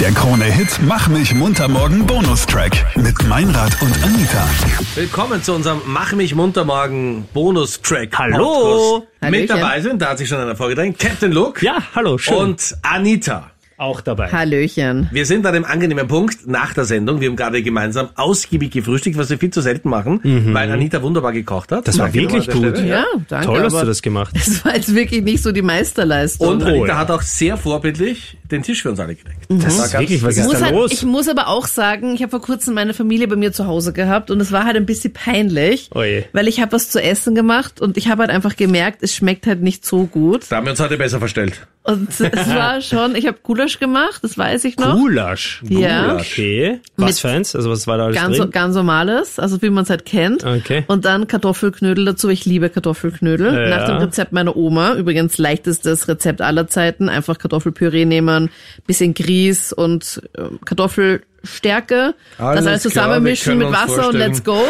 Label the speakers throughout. Speaker 1: Der Krone-Hit Mach mich munter morgen Bonustrack mit Meinrad und Anita.
Speaker 2: Willkommen zu unserem Mach mich munter morgen Bonus-Track.
Speaker 3: Hallo.
Speaker 2: Podcast. Mit
Speaker 4: Hallöchen.
Speaker 2: dabei sind, da hat sich schon einer vorgedrängt, Captain Luke
Speaker 3: Ja, hallo, schön.
Speaker 2: und Anita.
Speaker 3: auch dabei.
Speaker 4: Hallöchen.
Speaker 2: Wir sind an dem angenehmen Punkt nach der Sendung. Wir haben gerade gemeinsam ausgiebig gefrühstückt, was wir viel zu selten machen, weil Anita wunderbar gekocht hat.
Speaker 3: Mhm. Das war
Speaker 2: Danke
Speaker 3: wirklich
Speaker 2: nochmal an der
Speaker 3: gut.
Speaker 2: Stelle.
Speaker 4: Ja, danke.
Speaker 3: Toll hast
Speaker 4: aber
Speaker 3: du das gemacht.
Speaker 4: Das war jetzt wirklich nicht so die Meisterleistung.
Speaker 2: Und
Speaker 3: Oh,
Speaker 2: Anita
Speaker 3: ja.
Speaker 2: hat auch sehr vorbildlich den Tisch für uns alle gedeckt.
Speaker 3: Mhm. Das ist wirklich, was
Speaker 4: Ich
Speaker 3: ist
Speaker 4: muss,
Speaker 3: da
Speaker 4: halt,
Speaker 3: los?
Speaker 4: ich muss aber auch sagen, ich habe vor kurzem meine Familie bei mir zu Hause gehabt und es war halt ein bisschen peinlich,
Speaker 3: Oje.
Speaker 4: weil ich habe was zu essen gemacht und ich habe halt einfach gemerkt, es schmeckt halt nicht so gut.
Speaker 2: Da haben wir uns heute besser verstellt.
Speaker 4: Und es war schon, ich habe Gulasch gemacht, das weiß ich noch.
Speaker 3: Gulasch.
Speaker 4: Ja.
Speaker 3: Okay. Was
Speaker 4: Mit-
Speaker 3: für eins? Also was war da alles
Speaker 4: Ganz,
Speaker 3: drin?
Speaker 4: ganz normales, also wie man es halt kennt.
Speaker 3: Okay.
Speaker 4: Und dann Kartoffelknödel dazu. Ich liebe Kartoffelknödel.
Speaker 3: Ja.
Speaker 4: Nach dem Rezept meiner Oma. Übrigens leichtestes Rezept aller Zeiten. Einfach Kartoffelpüree nehmen, bisschen Grieß und äh, Kartoffelstärke.
Speaker 2: Alles
Speaker 4: das alles
Speaker 2: klar,
Speaker 4: zusammenmischen
Speaker 2: wir können
Speaker 4: mit
Speaker 2: uns
Speaker 4: Wasser und
Speaker 2: vorstellen.
Speaker 4: let's go.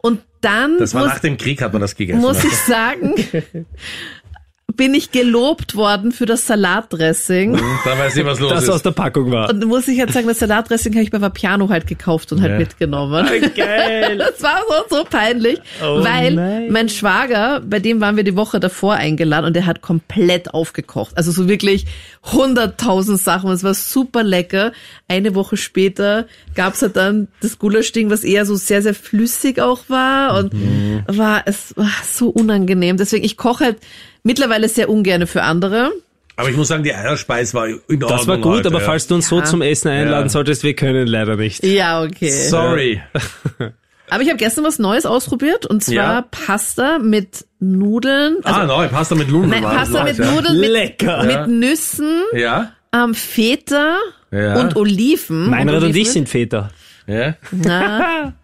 Speaker 4: Und dann
Speaker 2: Das war
Speaker 4: muss,
Speaker 2: nach dem Krieg, hat man das gegessen.
Speaker 4: muss
Speaker 2: oder?
Speaker 4: ich sagen, bin ich gelobt worden für das Salatdressing.
Speaker 2: Dann weiß ich, was los
Speaker 3: Das
Speaker 2: ist.
Speaker 3: aus der Packung war.
Speaker 4: Und muss ich halt sagen, das Salatdressing habe ich bei Vapiano halt gekauft und halt
Speaker 2: Ja.
Speaker 3: Ah,
Speaker 4: mitgenommen.
Speaker 3: Geil.
Speaker 4: Das war so, so peinlich,
Speaker 3: Oh
Speaker 4: weil
Speaker 3: nein.
Speaker 4: mein Schwager, bei dem waren wir die Woche davor eingeladen und der hat komplett aufgekocht. Also so wirklich hunderttausend Sachen. Es war super lecker. Eine Woche später gab's halt dann das Gulaschding, was eher so sehr, sehr flüssig auch war und war es war so unangenehm. Deswegen, ich koche halt mittlerweile sehr ungern für andere.
Speaker 2: Aber ich muss sagen, die Eierspeis war in Ordnung.
Speaker 3: Das war gut,
Speaker 2: heute,
Speaker 3: aber
Speaker 2: ja.
Speaker 3: falls du uns so zum Essen einladen
Speaker 2: Ja.
Speaker 3: solltest, wir können leider nicht.
Speaker 4: Ja, okay.
Speaker 2: Sorry.
Speaker 4: Aber ich habe gestern was Neues ausprobiert und zwar
Speaker 2: Ja.
Speaker 4: Pasta mit Nudeln. Also,
Speaker 2: ah, nein, Pasta mit Nudeln.
Speaker 4: nein,
Speaker 2: war das
Speaker 4: Pasta
Speaker 2: noch,
Speaker 4: mit
Speaker 2: ja.
Speaker 4: Nudeln mit,
Speaker 3: Lecker.
Speaker 4: mit Nüssen,
Speaker 2: Ja,
Speaker 4: ähm, Feta
Speaker 2: Ja.
Speaker 4: und Oliven. Oh.
Speaker 3: Meinrad und
Speaker 4: Olivenöl.
Speaker 3: ich sind Väter.
Speaker 2: ja.
Speaker 4: Na,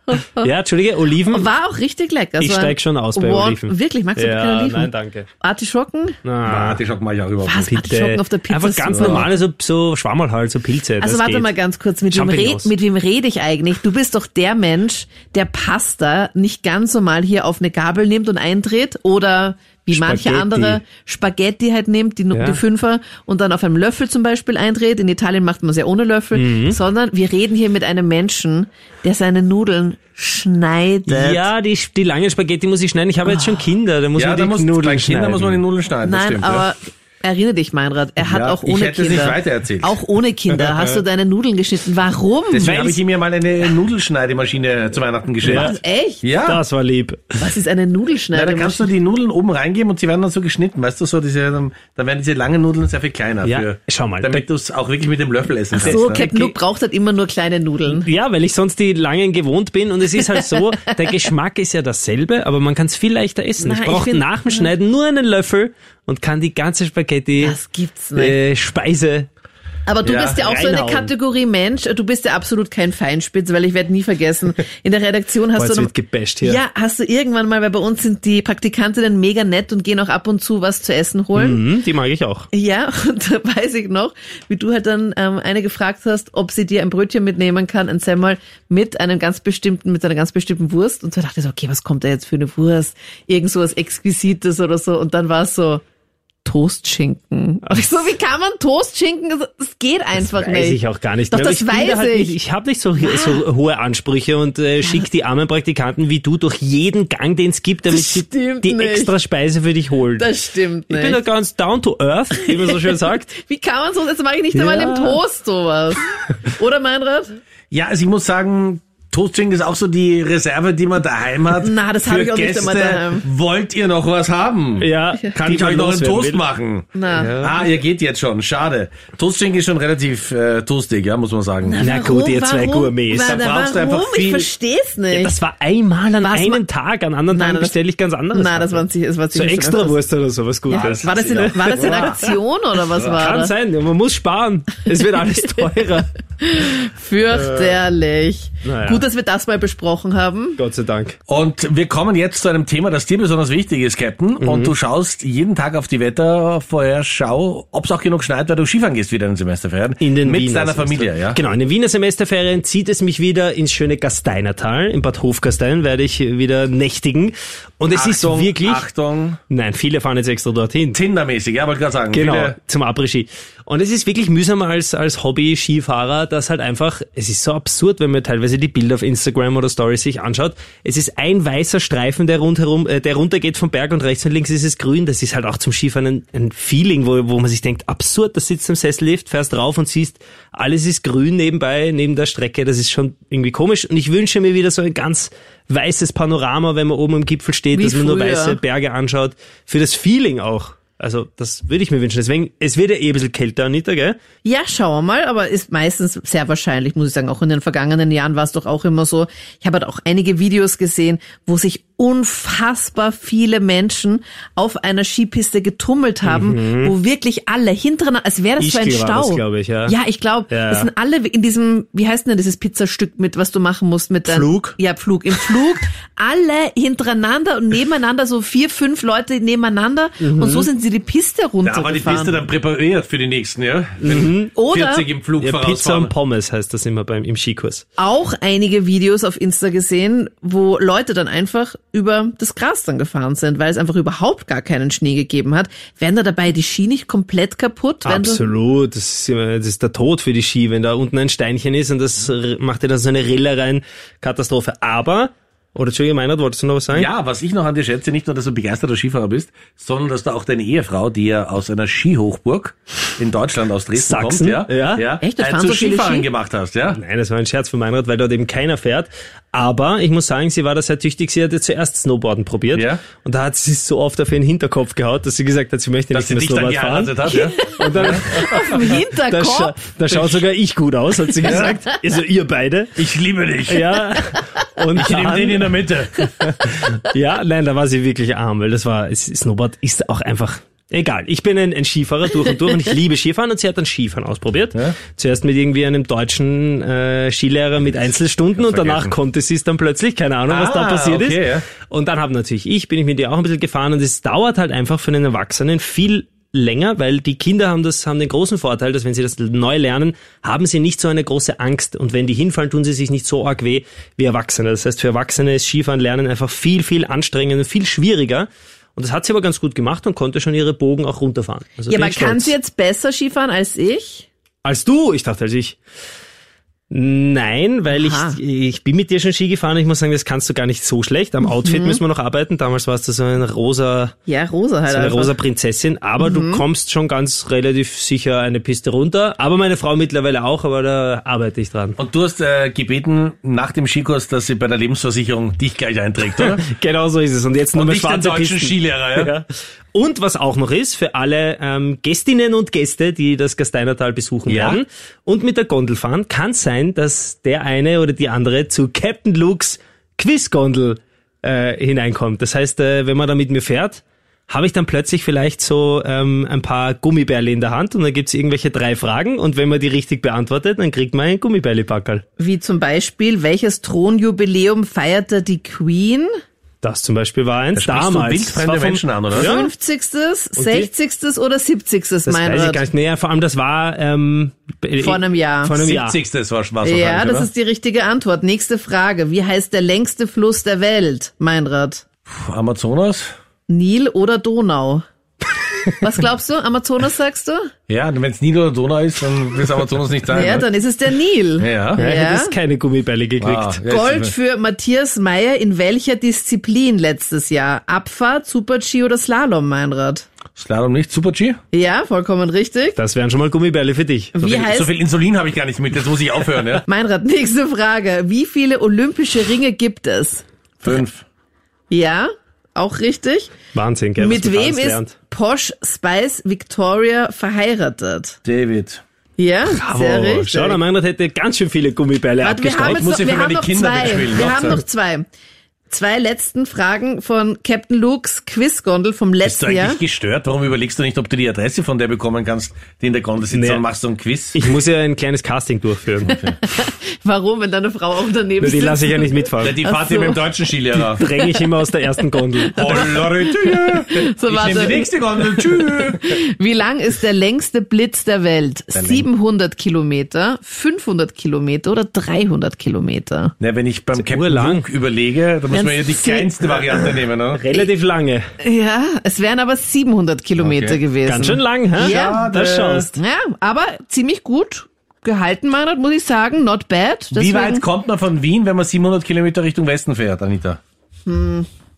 Speaker 3: Ja, Entschuldige, Oliven.
Speaker 4: war auch richtig lecker.
Speaker 3: Ich
Speaker 4: So ein
Speaker 3: steig schon aus bei
Speaker 4: Wow,
Speaker 3: Oliven.
Speaker 4: Wirklich, magst du keine
Speaker 3: Ja,
Speaker 4: Oliven?
Speaker 3: nein, danke.
Speaker 4: Artischocken?
Speaker 3: Na,
Speaker 2: Artischock mache ich auch überhaupt
Speaker 4: Was?
Speaker 2: nicht.
Speaker 3: bitte.
Speaker 4: Artischocken auf der Pizza
Speaker 3: Einfach
Speaker 4: ist
Speaker 3: ganz
Speaker 4: super.
Speaker 3: normale, so, so Schwammerl halt, so Pilze.
Speaker 4: Also
Speaker 3: das
Speaker 4: warte
Speaker 3: geht.
Speaker 4: mal ganz kurz, mit wem,
Speaker 3: Champignons.
Speaker 4: red, mit wem rede ich eigentlich? Du bist doch der Mensch, der Pasta nicht ganz normal hier auf eine Gabel nimmt und eindreht oder wie manche
Speaker 3: Spaghetti.
Speaker 4: andere Spaghetti halt nimmt, die,
Speaker 3: Ja.
Speaker 4: die Fünfer und dann auf einem Löffel zum Beispiel eindreht. In Italien macht man es ja ohne Löffel,
Speaker 3: Mhm.
Speaker 4: sondern wir reden hier mit einem Menschen, der seine Nudeln schneidet.
Speaker 3: Ja, die, die langen Spaghetti muss ich schneiden. Ich habe
Speaker 4: Ah.
Speaker 3: jetzt schon Kinder, da muss
Speaker 2: Ja,
Speaker 3: man die
Speaker 2: da muss
Speaker 3: Nudeln
Speaker 2: bei Kindern
Speaker 3: schneiden.
Speaker 2: muss man die Nudeln schneiden. das
Speaker 4: Nein,
Speaker 2: stimmt, ja.
Speaker 4: aber erinnere dich, Meinrad, er hat
Speaker 2: Ja,
Speaker 4: auch
Speaker 2: ich
Speaker 4: ohne
Speaker 2: hätte es
Speaker 4: Kinder.
Speaker 2: nicht weitererzählt.
Speaker 4: Auch ohne Kinder hast du deine Nudeln geschnitten. Warum?
Speaker 2: Deswegen
Speaker 3: Weil
Speaker 2: habe ich
Speaker 3: ich-
Speaker 2: ihm ja mal eine Nudelschneidemaschine zu Weihnachten geschenkt.
Speaker 4: Echt?
Speaker 2: Ja.
Speaker 3: Das war lieb.
Speaker 4: Was ist eine
Speaker 2: Na,
Speaker 4: Nudelschneider?
Speaker 2: da kannst du die Nudeln oben reingeben und sie werden dann so geschnitten, weißt du, so diese, dann dann werden diese langen Nudeln sehr viel kleiner.
Speaker 3: Ja,
Speaker 2: für,
Speaker 3: schau mal,
Speaker 2: Damit du es auch wirklich mit dem Löffel essen kannst.
Speaker 4: so,
Speaker 2: ne?
Speaker 4: Captain Luke braucht halt immer nur kleine Nudeln.
Speaker 3: Ja, weil ich sonst die langen gewohnt bin und es ist halt so, der Geschmack ist ja dasselbe, aber man kann es viel leichter essen.
Speaker 4: Nein,
Speaker 3: ich
Speaker 4: ich
Speaker 3: brauche
Speaker 4: find-
Speaker 3: nach dem Schneiden nur einen Löffel und kann die ganze Spaghetti
Speaker 4: Das gibt's nicht.
Speaker 3: äh, Speise.
Speaker 4: Aber du
Speaker 2: Ja,
Speaker 4: bist ja auch so eine
Speaker 3: reinhauen.
Speaker 4: Kategorie Mensch. Du bist ja absolut kein Feinspitz, weil ich werde nie vergessen, in der Redaktion hast
Speaker 3: Boah,
Speaker 4: du
Speaker 3: jetzt
Speaker 4: noch,
Speaker 3: wird gebasht hier.
Speaker 4: ja, hast du irgendwann mal, weil bei uns sind die Praktikantinnen mega nett und gehen auch ab und zu was zu essen holen.
Speaker 3: Mhm, die mag ich auch.
Speaker 4: Ja, und da weiß ich noch, wie du halt dann ähm, eine gefragt hast, ob sie dir ein Brötchen mitnehmen kann, ein Semmel mit einem ganz bestimmten, mit einer ganz bestimmten Wurst. Und so dachte ich so, okay, was kommt da jetzt für eine Wurst? Irgend so was Exquisites oder so. Und dann war es so, Toastschinken. Und ich so, wie kann man Toastschinken? Das- Das geht einfach
Speaker 3: Weiß
Speaker 4: nicht.
Speaker 3: ich auch gar nicht.
Speaker 4: Doch,
Speaker 3: mehr, aber
Speaker 4: das
Speaker 3: ich bin da
Speaker 4: weiß
Speaker 3: halt
Speaker 4: ich. Ah.
Speaker 3: Nicht, ich habe nicht so, so hohe Ansprüche und äh, schick die armen Praktikanten wie du durch jeden Gang, den es gibt, damit
Speaker 4: Das
Speaker 3: sie
Speaker 4: stimmt
Speaker 3: die
Speaker 4: nicht.
Speaker 3: extra Speise für dich holen.
Speaker 4: Das stimmt
Speaker 3: ich
Speaker 4: nicht.
Speaker 3: bin da ganz down to earth, wie man so schön sagt.
Speaker 4: wie kann man so, jetzt mache ich nicht einmal
Speaker 3: Ja.
Speaker 4: im Toast sowas. Oder Meinrad?
Speaker 2: Ja, also ich muss sagen, Toastschinken ist auch so die Reserve, die man daheim hat.
Speaker 4: Na, das habe
Speaker 2: Für
Speaker 4: ich auch nicht
Speaker 2: Gäste,
Speaker 4: immer daheim.
Speaker 2: Wollt ihr noch was haben?
Speaker 3: Ja,
Speaker 2: Kann
Speaker 3: die
Speaker 2: ich euch
Speaker 3: man
Speaker 2: noch einen
Speaker 3: loswerden
Speaker 2: Toast
Speaker 3: will.
Speaker 2: machen?
Speaker 4: Na.
Speaker 2: Ah, ihr geht jetzt schon. Schade. Toastschinken ist schon relativ äh, toastig, ja, muss man sagen.
Speaker 3: Na gut, ihr zwei
Speaker 4: Warum?
Speaker 3: Gourmets.
Speaker 4: Warum?
Speaker 2: Da brauchst du einfach
Speaker 4: Warum? Ich
Speaker 2: viel-
Speaker 4: verstehe es nicht.
Speaker 3: Das war einmal an
Speaker 4: War's
Speaker 3: einem
Speaker 4: mal-
Speaker 3: Tag, an anderen
Speaker 4: Nein,
Speaker 3: Tagen
Speaker 4: das-
Speaker 3: bestelle ich ganz anderes.
Speaker 4: Nein, das
Speaker 3: war
Speaker 4: waren sie, das war
Speaker 3: so extra Wurst oder so, was Gutes.
Speaker 4: War das, in, war das in Aktion oder was war
Speaker 3: Kann
Speaker 4: das?
Speaker 3: sein, man muss sparen. Es wird alles teurer.
Speaker 4: Fürchterlich.
Speaker 3: naja.
Speaker 4: Gut, dass wir das mal besprochen haben.
Speaker 3: Gott sei Dank.
Speaker 2: Und wir kommen jetzt zu einem Thema, das dir besonders wichtig ist, Captain.
Speaker 3: Mhm.
Speaker 2: Und du schaust jeden Tag auf die Wettervorherschau, ob es auch genug schneit, weil du Skifahren gehst wieder in den Semesterferien.
Speaker 3: In den
Speaker 2: Mit
Speaker 3: Wiener
Speaker 2: deiner Familie,
Speaker 3: Semester-
Speaker 2: ja.
Speaker 3: Genau, in den Wiener Semesterferien zieht es mich wieder ins schöne Gasteinertal. In Bad Hofgastein werde ich wieder nächtigen. Und es
Speaker 2: Achtung,
Speaker 3: ist wirklich...
Speaker 2: Achtung,
Speaker 3: Nein, viele fahren jetzt extra dorthin.
Speaker 2: Tindermäßig, ja, wollte gerade sagen.
Speaker 3: Genau,
Speaker 2: Viele-
Speaker 3: zum Après-Ski. Und es ist wirklich mühsam als, als Hobby-Skifahrer, dass halt einfach, es ist so absurd, wenn man teilweise die Bilder auf Instagram oder Stories sich anschaut. Es ist ein weißer Streifen, der rundherum, äh, der runtergeht vom Berg und rechts und links ist es grün. Das ist halt auch zum Skifahren ein, ein Feeling, wo, wo man sich denkt, absurd, da sitzt im Sessellift, fährst drauf und siehst, alles ist grün nebenbei, neben der Strecke. Das ist schon irgendwie komisch. Und ich wünsche mir wieder so ein ganz weißes Panorama, wenn man oben am Gipfel steht,
Speaker 4: Wie
Speaker 3: dass man nur
Speaker 4: früher.
Speaker 3: weiße Berge anschaut. Für das Feeling auch. Also, das würde ich mir wünschen. Deswegen, es wird ja eh ein bisschen kälter, Anita, gell?
Speaker 4: Ja, schauen wir mal, aber ist meistens sehr wahrscheinlich, muss ich sagen. Auch in den vergangenen Jahren war es doch auch immer so. Ich habe halt auch einige Videos gesehen, wo sich unfassbar viele Menschen auf einer Skipiste getummelt haben, wo wirklich alle hintereinander, als wäre das so ein
Speaker 3: Mhm. Ischgl war das,
Speaker 4: Stau.
Speaker 3: glaub ich, ja.
Speaker 4: ja, ich glaube,
Speaker 3: Ja.
Speaker 4: es sind alle in diesem, wie heißt denn dieses Pizzastück mit, was du machen musst mit deinem
Speaker 3: Flug?
Speaker 4: Ja, Flug. Im Flug alle hintereinander und nebeneinander, so vier, fünf Leute nebeneinander und
Speaker 3: Mhm.
Speaker 4: so sind sie die Piste
Speaker 2: Da war
Speaker 4: runtergefahren.
Speaker 2: die Piste dann präpariert für die nächsten, ja? Wenn
Speaker 4: Oder-
Speaker 2: 40 im Flug
Speaker 3: Mhm. Ja, Pizza
Speaker 2: vorausfahren.
Speaker 3: und Pommes heißt das immer beim, im Skikurs.
Speaker 4: auch einige Videos auf Insta gesehen, wo Leute dann einfach über das Gras dann gefahren sind, weil es einfach überhaupt gar keinen Schnee gegeben hat. Werden da dabei die Ski nicht komplett kaputt? Werden da-
Speaker 3: Absolut, das ist, immer, das ist der Tod für die Ski, wenn da unten ein Steinchen ist und das r- macht dir dann so eine Rille rein, Katastrophe. Aber, oder Entschuldigung, Meinert, wolltest du noch was sagen?
Speaker 2: Ja, was ich noch an dir schätze, nicht nur, dass du begeisterter Skifahrer bist, sondern dass da auch deine Ehefrau, die ja aus einer Skihochburg in Deutschland, aus Dresden
Speaker 3: Sachsen?
Speaker 2: kommt, ja,
Speaker 3: Ja.
Speaker 4: Echt? Da
Speaker 2: ein
Speaker 4: fahren
Speaker 2: zu
Speaker 4: so viele
Speaker 2: Skifahren
Speaker 4: Ski?
Speaker 2: gemacht hast, ja?
Speaker 3: Nein, das war ein Scherz von Meinrad, weil dort eben keiner fährt. Aber ich muss sagen, sie war da sehr tüchtig. Sie hatte zuerst Snowboarden probiert.
Speaker 2: Ja.
Speaker 3: Und da hat sie so oft auf ihren Hinterkopf gehauen, dass sie gesagt hat, sie möchte
Speaker 2: Dass sie
Speaker 3: nicht
Speaker 2: dich dann
Speaker 3: mehr Snowboard fahren.
Speaker 2: geheiratet hat, also ja?
Speaker 3: Und dann,
Speaker 4: auf dem
Speaker 3: da, scha
Speaker 4: Hinterkopf?
Speaker 3: da schaut sogar ich gut aus, hat sie gesagt. Also ihr beide.
Speaker 2: Ich liebe dich.
Speaker 3: Ja. Und
Speaker 2: Ich nehme den in der Mitte.
Speaker 3: Ja, nein, da war sie wirklich arm, weil das war, es- Snowboard ist auch einfach. Egal, ich bin ein, ein Skifahrer durch und durch und ich liebe Skifahren und sie hat dann Skifahren ausprobiert. Zuerst mit irgendwie einem deutschen äh, Skilehrer mit Einzelstunden und danach
Speaker 2: vergessen.
Speaker 3: konnte sie es dann plötzlich, keine Ahnung, was da
Speaker 2: Ah,
Speaker 3: passiert
Speaker 2: okay,
Speaker 3: ist.
Speaker 2: ja.
Speaker 3: Und dann haben natürlich ich, bin ich mit ihr auch ein bisschen gefahren und es dauert halt einfach für einen Erwachsenen viel länger, weil die Kinder haben das, haben den großen Vorteil, dass wenn sie das neu lernen, haben sie nicht so eine große Angst und wenn die hinfallen, tun sie sich nicht so arg weh wie Erwachsene. Das heißt, für Erwachsene ist Skifahren lernen einfach viel, viel anstrengender und viel schwieriger. Und das hat sie aber ganz gut gemacht und konnte schon ihre Bogen auch runterfahren. Also
Speaker 4: ja,
Speaker 3: bin
Speaker 4: aber
Speaker 3: ich
Speaker 4: kann
Speaker 3: stolz.
Speaker 4: sie jetzt besser Skifahren als ich?
Speaker 3: Als du? Ich dachte, als ich. Nein, weil ich,
Speaker 4: Aha.
Speaker 3: ich bin mit dir schon Ski gefahren. Ich muss sagen, das kannst du gar nicht so schlecht. Am Outfit
Speaker 4: Mhm.
Speaker 3: müssen wir noch arbeiten. Damals warst du so ein rosa,
Speaker 4: Ja, Rosa halt
Speaker 3: so eine
Speaker 4: einfach. Mhm.
Speaker 3: rosa Prinzessin. Aber du kommst schon ganz relativ sicher eine Piste runter. Aber meine Frau mittlerweile auch, aber da arbeite ich dran.
Speaker 2: Und du hast äh, gebeten nach dem Skikurs, dass sie bei der Lebensversicherung dich gleich einträgt, oder?
Speaker 3: Genau so ist es. Und jetzt nur
Speaker 2: Und
Speaker 3: mit
Speaker 2: nicht den
Speaker 3: schwarze
Speaker 2: deutschen
Speaker 3: Pisten.
Speaker 2: Skilehrer, ja?
Speaker 3: Ja. Und was auch noch ist, für alle ähm, Gästinnen und Gäste, die das Gasteinertal besuchen
Speaker 2: Ja.
Speaker 3: werden und mit der Gondel fahren, kann sein, dass der eine oder die andere zu Captain Luke's Quizgondel äh, hineinkommt. Das heißt, äh, wenn man da mit mir fährt, habe ich dann plötzlich vielleicht so ähm, ein paar Gummibärle in der Hand und dann gibt's irgendwelche drei Fragen und wenn man die richtig beantwortet, dann kriegt man ein Gummibärlepackerl.
Speaker 4: Wie zum Beispiel, welches Thronjubiläum feierte die Queen?
Speaker 3: Das zum Beispiel war eins
Speaker 2: sprichst du
Speaker 3: damals.
Speaker 2: wildfremde
Speaker 3: Das war vom-
Speaker 2: Menschen an, oder?
Speaker 3: Ja,
Speaker 4: 50., 60. oder 70.
Speaker 3: Das
Speaker 4: mein
Speaker 3: weiß ich
Speaker 4: Rat?
Speaker 3: gar nicht. Naja, vor allem das war ähm,
Speaker 4: Vor einem Jahr.
Speaker 3: Vor einem Jahr.
Speaker 2: 70. war war's
Speaker 4: Ja,
Speaker 2: wahrscheinlich,
Speaker 4: das
Speaker 2: oder?
Speaker 4: ist die richtige Antwort. Nächste Frage. Wie heißt der längste Fluss der Welt, Meinrad?
Speaker 2: Amazonas?
Speaker 4: Nil oder Donau? Was glaubst du? Amazonas sagst du?
Speaker 2: Ja, wenn es Nilo oder Donau ist, dann wird Amazonas nicht sein.
Speaker 4: Ja,
Speaker 2: ne?
Speaker 4: dann ist es der Nil.
Speaker 2: ja.
Speaker 3: Ja,
Speaker 4: Ja.
Speaker 3: ja. hättest keine Gummibälle gekriegt.
Speaker 2: Ah, ja,
Speaker 4: Gold
Speaker 2: ist-
Speaker 4: für Matthias Meyer in welcher Disziplin letztes Jahr? Abfahrt, Super-G oder Slalom, Meinrad?
Speaker 2: Slalom nicht, Super-G?
Speaker 4: Ja, vollkommen richtig.
Speaker 3: Das wären schon mal Gummibälle für dich.
Speaker 4: Wie
Speaker 2: viel,
Speaker 4: heißt
Speaker 2: so viel Insulin habe ich gar nicht mit, jetzt muss ich aufhören, ja?
Speaker 4: Meinrad, nächste Frage. Wie viele olympische Ringe gibt es?
Speaker 2: Fünf.
Speaker 4: Ja, auch richtig.
Speaker 3: Wahnsinn, gell? was
Speaker 4: Mit
Speaker 3: man da
Speaker 4: wem
Speaker 3: alles
Speaker 4: ist
Speaker 3: lernt.
Speaker 4: Posh Spice Victoria verheiratet?
Speaker 2: David.
Speaker 4: Ja, sehr
Speaker 3: Bravo.
Speaker 4: richtig.
Speaker 3: Schau, der Meinrad hätte ganz schön viele Gummibälle
Speaker 4: Warte, wir haben
Speaker 3: abgestaubt.
Speaker 4: jetzt
Speaker 2: muss
Speaker 4: noch,
Speaker 2: hier
Speaker 4: wir
Speaker 2: für
Speaker 4: haben
Speaker 2: meine
Speaker 4: noch
Speaker 2: Kinder
Speaker 4: zwei.
Speaker 2: mitspielen,
Speaker 4: Wir
Speaker 2: noch
Speaker 4: haben
Speaker 2: zwei.
Speaker 4: noch zwei. Zwei letzten Fragen von Captain Luke's Quizgondel vom
Speaker 2: Bist du
Speaker 4: letzten
Speaker 2: eigentlich
Speaker 4: Jahr.
Speaker 2: gestört? Warum überlegst du nicht, ob du die Adresse von der bekommen kannst, die in der Gondel sitzt,
Speaker 3: Nee.
Speaker 2: und machst so ein Quiz?
Speaker 3: Ich muss ja ein kleines Casting durchführen.
Speaker 4: Warum, wenn deine Frau auch daneben
Speaker 3: Nur die
Speaker 4: sitzt?
Speaker 3: lasse ich ja nicht
Speaker 2: Ja,
Speaker 3: mitfahren.
Speaker 2: die
Speaker 4: Ach
Speaker 2: Fahrt
Speaker 4: so.
Speaker 2: mit dem deutschen Skilehrer.
Speaker 3: Dränge ich immer aus der ersten Gondel.
Speaker 4: so,
Speaker 2: Ich nehme die
Speaker 4: warte.
Speaker 2: nächste Gondel. Tschüss.
Speaker 4: Wie lang ist der längste Blitz der Welt? 700 Kilometer, 500 Kilometer oder 300 Kilometer?
Speaker 2: Na, Ne, wenn ich beim Captain
Speaker 3: urlang.
Speaker 2: Luke überlege, da muss
Speaker 4: Ja,
Speaker 2: müssen wir hier die
Speaker 4: sie-
Speaker 2: kleinste Variante nehmen, oder?
Speaker 3: Relativ lange.
Speaker 4: Ja, es wären aber 700 Kilometer
Speaker 2: Okay.
Speaker 4: gewesen.
Speaker 3: Ganz schön lang, hä?
Speaker 4: Ja.
Speaker 3: Da schaust.
Speaker 4: Ja, aber ziemlich gut gehalten, Meinrad, muss ich sagen. Not bad. Deswegen,
Speaker 2: Wie weit kommt man von Wien, wenn man 700 Kilometer Richtung Westen fährt, Anita?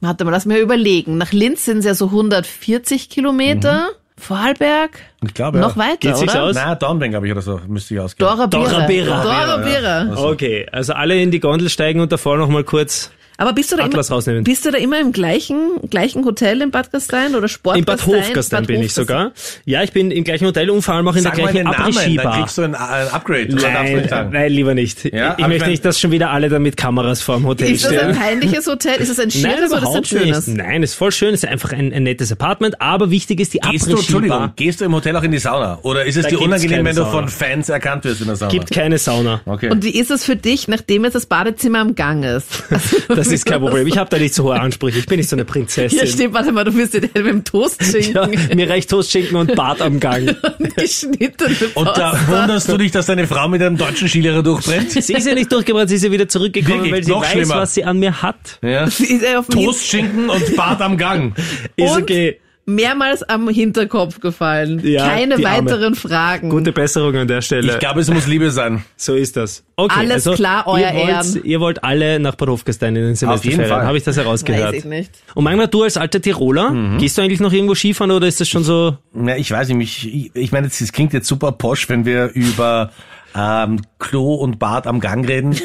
Speaker 4: Warte mal, lass mir überlegen. Nach Linz sind es ja so 140 Kilometer. Vorarlberg?
Speaker 2: Ich glaube,
Speaker 4: Noch
Speaker 2: ja.
Speaker 4: weiter,
Speaker 3: Geht's Mhm. sich's
Speaker 4: oder?
Speaker 3: aus?
Speaker 2: Na, Dornbirn, glaube ich, oder so, müsste ich ausgehen.
Speaker 4: Dora Bira.
Speaker 3: Dora Bira.
Speaker 4: Dora Bira.
Speaker 2: Also,
Speaker 3: Okay, also alle in die Gondel steigen und davor nochmal kurz.
Speaker 4: Aber bist du da
Speaker 3: Atlas
Speaker 4: immer,
Speaker 3: rausnehmen.
Speaker 4: bist du da immer im gleichen, gestern Hotel in Bad Gastein oder Sport
Speaker 3: In Bad Hofgastein bin ich sogar. Ja, ich bin im gleichen Hotel und vor allem auch in
Speaker 2: Sag
Speaker 3: der
Speaker 2: mal
Speaker 3: gleichen
Speaker 2: den Namen, dann
Speaker 3: Abrisski-Bar.
Speaker 2: kriegst du ein, äh, ein Upgrade. oder darfst du
Speaker 3: Nein,
Speaker 2: nicht sagen?
Speaker 3: nein, lieber nicht.
Speaker 2: Ja,
Speaker 3: ich
Speaker 2: aber
Speaker 3: möchte
Speaker 2: ich mein-
Speaker 3: nicht, dass schon wieder alle da mit Kameras vorm Hotel
Speaker 4: Ist das ein
Speaker 3: stehen.
Speaker 4: peinliches Hotel? Ist das ein schieres oder ist das ein
Speaker 3: überhaupt
Speaker 4: schönes?
Speaker 3: nicht. Nein, ist voll schön. Ist einfach ein, ein nettes Apartment, aber wichtig ist die
Speaker 2: Gehst du, Entschuldigung,
Speaker 3: Abrisski-Bar.
Speaker 2: gehst du im Hotel auch in die Sauna? Oder ist es
Speaker 3: Da
Speaker 2: dir
Speaker 3: gibt's
Speaker 2: unangenehm,
Speaker 3: keine
Speaker 2: wenn du
Speaker 3: Sauna.
Speaker 2: von Fans erkannt wirst in der Sauna?
Speaker 3: Gibt keine Sauna.
Speaker 2: Okay.
Speaker 4: Und wie ist es für dich, nachdem jetzt das Badezimmer am Gang ist?
Speaker 3: Das ist kein Problem. Ich habe da nicht so hohe Ansprüche. Ich bin nicht so eine Prinzessin.
Speaker 4: Hier steht, warte mal, du wirst dir den mit dem Toast
Speaker 3: ja,
Speaker 4: schinken.
Speaker 3: mir reicht Toastschinken und Bart am Gang.
Speaker 4: Und geschnittene
Speaker 2: Und da
Speaker 4: Pasta.
Speaker 2: wunderst du dich, dass deine Frau mit einem deutschen Skilehrer durchbrennt?
Speaker 3: Sie ist ja nicht durchgebrannt, sie ist ja wieder zurückgekommen,
Speaker 2: Wirklich,
Speaker 3: weil sie
Speaker 2: noch
Speaker 3: weiß,
Speaker 2: schlimmer.
Speaker 3: was sie an mir hat.
Speaker 2: Ja.
Speaker 4: Sie ist ja auf dem Hin-
Speaker 2: Toastschinken und Bart am Gang.
Speaker 3: Ist
Speaker 4: Und?
Speaker 3: okay.
Speaker 4: mehrmals am Hinterkopf gefallen.
Speaker 3: Ja,
Speaker 4: Keine
Speaker 3: die Arme.
Speaker 4: weiteren Fragen.
Speaker 3: Gute Besserung an der Stelle.
Speaker 2: Ich glaube, es muss Liebe sein.
Speaker 3: so ist das. Okay,
Speaker 4: Alles
Speaker 3: also,
Speaker 4: klar, euer
Speaker 3: ihr wollt,
Speaker 4: Ehren.
Speaker 3: ihr wollt alle nach Bad Hofgastein in den Semesterferien.
Speaker 2: Fall.
Speaker 3: Habe ich das
Speaker 4: Weiß ich
Speaker 3: herausgehört.
Speaker 4: nicht.
Speaker 3: Und Magna, du als alter Tiroler,
Speaker 2: Mhm.
Speaker 3: gehst du eigentlich noch irgendwo Skifahren oder ist das schon so?
Speaker 2: Na, ich weiß nicht, mich- ich, ich meine, es klingt jetzt super posch, wenn wir über ähm, Klo und Bad am Gang reden. ich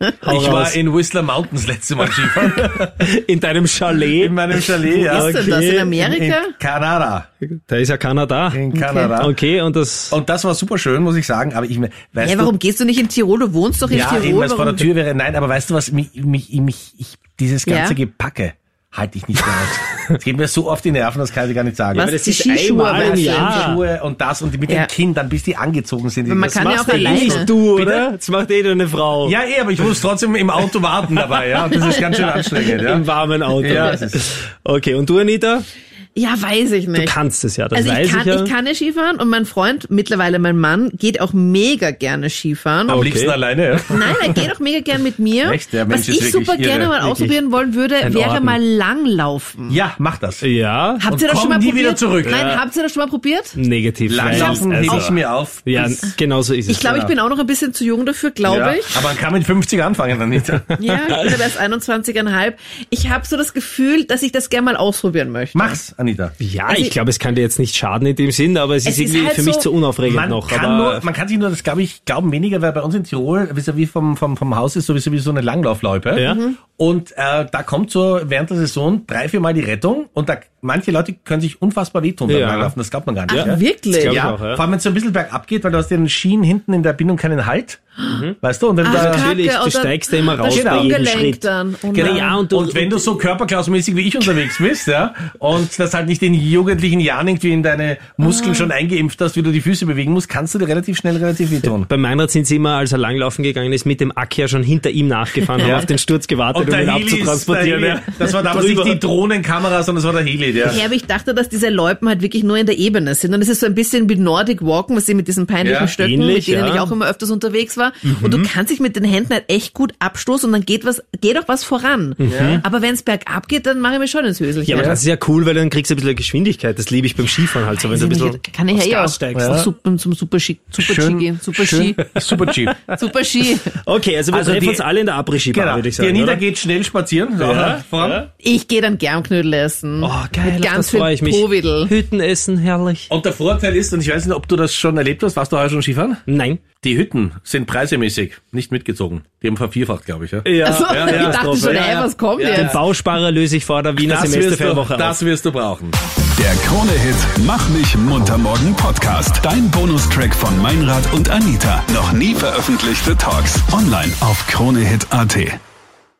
Speaker 2: war
Speaker 3: raus.
Speaker 2: in Whistler Mountains letzte Mal Skifahren.
Speaker 3: In deinem Chalet?
Speaker 2: in meinem Chalet, ja.
Speaker 4: Ist denn das
Speaker 3: Okay.
Speaker 4: in
Speaker 2: In, in
Speaker 4: Amerika?
Speaker 2: Kanada.
Speaker 3: Da ist ja keiner da.
Speaker 2: In Kanada.
Speaker 3: Okay, und das.
Speaker 2: Und das war super schön, muss ich sagen. Aber ich me- weißt
Speaker 4: Ja,
Speaker 2: du,
Speaker 4: warum gehst du nicht in Tirol? Du wohnst doch in
Speaker 2: ja, eben,
Speaker 4: Tirol.
Speaker 2: was vor der
Speaker 4: warum?
Speaker 2: Tür wäre. Nein, aber weißt du was? Mich, mich, mich, ich, dieses ganze
Speaker 4: Ja?
Speaker 2: Gepacke halte ich nicht mehr aus. Es geht mir so auf die Nerven, das kann ich dir gar nicht sagen.
Speaker 4: Was?
Speaker 3: Aber das
Speaker 4: die
Speaker 3: ist
Speaker 4: Skischuhe
Speaker 3: einmal im
Speaker 4: wechseln.
Speaker 3: Jahr.
Speaker 2: Schuhe und das und die mit
Speaker 4: Ja.
Speaker 2: den Kindern, bis die angezogen sind.
Speaker 4: Man
Speaker 2: Das
Speaker 4: kann ja
Speaker 2: machst
Speaker 4: auch
Speaker 2: du
Speaker 4: alleine.
Speaker 2: nicht.
Speaker 3: Nicht du,
Speaker 2: Bitte?
Speaker 3: oder? Das macht eh nur eine Frau.
Speaker 2: Ja, eh, aber ich muss trotzdem im Auto warten dabei, ja. Das ist ganz schön anstrengend, ja.
Speaker 3: Im warmen Auto.
Speaker 2: Ja, das ist-
Speaker 3: okay, und du, Anita?
Speaker 4: Ja, weiß ich
Speaker 3: Du
Speaker 4: nicht.
Speaker 3: kannst es ja, das
Speaker 4: also
Speaker 3: weiß
Speaker 4: ich kann,
Speaker 3: ja.
Speaker 4: ich kann ja Skifahren und mein Freund, mittlerweile mein Mann, geht auch mega gerne Skifahren.
Speaker 2: Am
Speaker 3: Okay.
Speaker 2: liebsten alleine, ja.
Speaker 4: Nein, er geht auch mega gern mit mir.
Speaker 2: Echt? Der Mensch
Speaker 4: Was
Speaker 2: ist
Speaker 4: ich super
Speaker 2: wirklich
Speaker 4: gerne
Speaker 2: irre.
Speaker 4: mal
Speaker 2: Wirklich.
Speaker 4: ausprobieren wollen würde,
Speaker 3: Ein
Speaker 4: wäre
Speaker 3: Orden.
Speaker 4: mal langlaufen.
Speaker 2: Ja, mach das.
Speaker 3: ja,
Speaker 4: Habt ihr
Speaker 2: Und
Speaker 4: das schon mal
Speaker 2: komm nie
Speaker 4: probiert?
Speaker 2: wieder zurück.
Speaker 4: Nein,
Speaker 2: Ja.
Speaker 4: habt ihr das schon mal probiert?
Speaker 3: negativ.
Speaker 2: Langsam
Speaker 3: weil- also,
Speaker 2: hebe ich mir auf.
Speaker 3: Ja, genau so ist es.
Speaker 4: Ich glaube, ich bin auch noch ein bisschen zu jung dafür, glaube
Speaker 2: Ja,
Speaker 4: ich.
Speaker 2: Aber man kann mit 50 anfangen, Anita.
Speaker 4: Ja, ich bin aber erst 21,5. Ich habe so das Gefühl, dass ich das gerne mal ausprobieren möchte.
Speaker 2: Mach's, Anita.
Speaker 3: ja,
Speaker 4: also
Speaker 3: ich
Speaker 4: ich-
Speaker 3: glaube, es kann dir jetzt nicht schaden in dem Sinn, aber es,
Speaker 4: Es
Speaker 3: ist
Speaker 4: ist
Speaker 3: irgendwie
Speaker 4: halt
Speaker 3: für mich
Speaker 4: so-
Speaker 3: zu unaufregend
Speaker 2: Man,
Speaker 3: noch.
Speaker 2: kann
Speaker 3: aber
Speaker 2: nur, man kann sich nur, das glaube ich, glauben weniger, weil bei uns in Tirol, vis-à-vis vom, vom, vom Haus ist sowieso wie so eine Langlaufloipe.
Speaker 3: Ja.
Speaker 2: Und äh, da kommt so während der Saison drei, vier Mal die Rettung und da, manche Leute können sich unfassbar wehtun beim
Speaker 3: Ja.
Speaker 2: Langlaufen, das glaubt man gar nicht.
Speaker 4: Ach,
Speaker 2: ja.
Speaker 4: wirklich?
Speaker 3: glaub ich
Speaker 2: Ja,
Speaker 3: auch, ja.
Speaker 2: vor allem wenn es so ein bisschen bergab geht, weil du hast den Schienen hinten in der Bindung keinen Halt.
Speaker 3: Mhm.
Speaker 2: Weißt du? Und wenn du
Speaker 4: Ach,
Speaker 2: da,
Speaker 4: Kacke,
Speaker 3: natürlich, du
Speaker 4: oder
Speaker 3: steigst ja immer
Speaker 4: das
Speaker 3: raus bei jedem
Speaker 4: Sprunggelenk
Speaker 3: Schritt.
Speaker 4: dann. Oh
Speaker 3: genau,
Speaker 4: nein.
Speaker 3: ja, und,
Speaker 2: und,
Speaker 3: du,
Speaker 2: wenn du so körperklausmäßig wie ich unterwegs bist, ja, und das halt nicht in jugendlichen Jahren irgendwie in deine Muskeln schon eingeimpft hast, wie du die Füße bewegen musst, kannst du dir relativ schnell relativ weh tun.
Speaker 3: Bei Meinrad sind sie immer, als er langlaufen gegangen ist, mit dem Ack ja schon hinter ihm nachgefahren, haben
Speaker 2: Ja.
Speaker 3: auf den Sturz gewartet, um ihn
Speaker 2: Heli ist-
Speaker 3: abzutransportieren.
Speaker 2: der Heli-
Speaker 3: ja.
Speaker 2: Das war damals
Speaker 3: Drüber.
Speaker 2: nicht die Drohnenkamera, sondern das war der Heli, der.
Speaker 4: Ja, aber ich dachte, dass diese Loipen halt wirklich nur in der Ebene sind. Und es ist so ein bisschen wie Nordic Walken, was sie mit diesen peinlichen
Speaker 2: Ja,
Speaker 4: Stöcken,
Speaker 3: ähnlich,
Speaker 4: mit denen
Speaker 3: ja. Mhm.
Speaker 4: ich auch immer öfters unterwegs war. Und du kannst dich mit den Händen halt echt gut abstoßen und dann geht was, geht auch was voran. Aber wenn es bergab geht, dann mache ich mir schon ins Höselchen.
Speaker 3: Mhm. Ja, aber das ist ja cool, weil dann kriegst du ein bisschen Geschwindigkeit. Das liebe ich beim Skifahren halt so, wenn
Speaker 4: Weiß
Speaker 3: du ein
Speaker 4: ich
Speaker 3: bisschen
Speaker 4: nicht, kann ich ja
Speaker 3: aufs
Speaker 4: eh
Speaker 3: Gas steigst.
Speaker 4: auch.
Speaker 3: ne?
Speaker 4: Zum Super, zum Super Ski, Super Ski gehen, Super Ski,
Speaker 2: Super Ski.
Speaker 4: Super Ski.
Speaker 3: Okay, also wir
Speaker 2: Also
Speaker 3: treffen
Speaker 2: die-
Speaker 3: uns alle in der Abrisski-Bar,
Speaker 2: Genau.
Speaker 3: würde ich
Speaker 2: Der
Speaker 3: sagen.
Speaker 2: Nieder
Speaker 3: oder?
Speaker 2: geht schnell spazieren. so,
Speaker 3: Ja,
Speaker 2: voran.
Speaker 3: ja.
Speaker 4: Ich gehe dann gern Knödel essen.
Speaker 3: Oh, geil,
Speaker 4: Mit
Speaker 3: auf
Speaker 4: ganz
Speaker 3: das
Speaker 4: viel
Speaker 3: freue ich mich.
Speaker 4: Providel.
Speaker 3: Hütten essen, herrlich.
Speaker 2: Und der Vorteil ist, und ich weiß nicht, ob du das schon erlebt hast, warst du heuer schon Skifahren?
Speaker 3: Nein.
Speaker 2: Die Hütten sind preisemäßig nicht mitgezogen. Die haben vervierfacht, glaube ich. Ja?
Speaker 3: Ja,
Speaker 4: Also,
Speaker 3: ja,
Speaker 4: ich dachte schon,
Speaker 3: ja,
Speaker 4: ey,
Speaker 3: ja.
Speaker 4: was kommt
Speaker 3: Den
Speaker 4: jetzt?
Speaker 3: Bausparer löse ich vor der Wiener
Speaker 2: Das, wirst du,
Speaker 3: Semesterferienwoche auf.
Speaker 2: das wirst du brauchen.
Speaker 1: Der Krone-Hit Mach mich munter morgen Podcast. Dein Bonustrack von Meinrad und Anita. Noch nie veröffentlichte Talks. Online auf kronehit.at.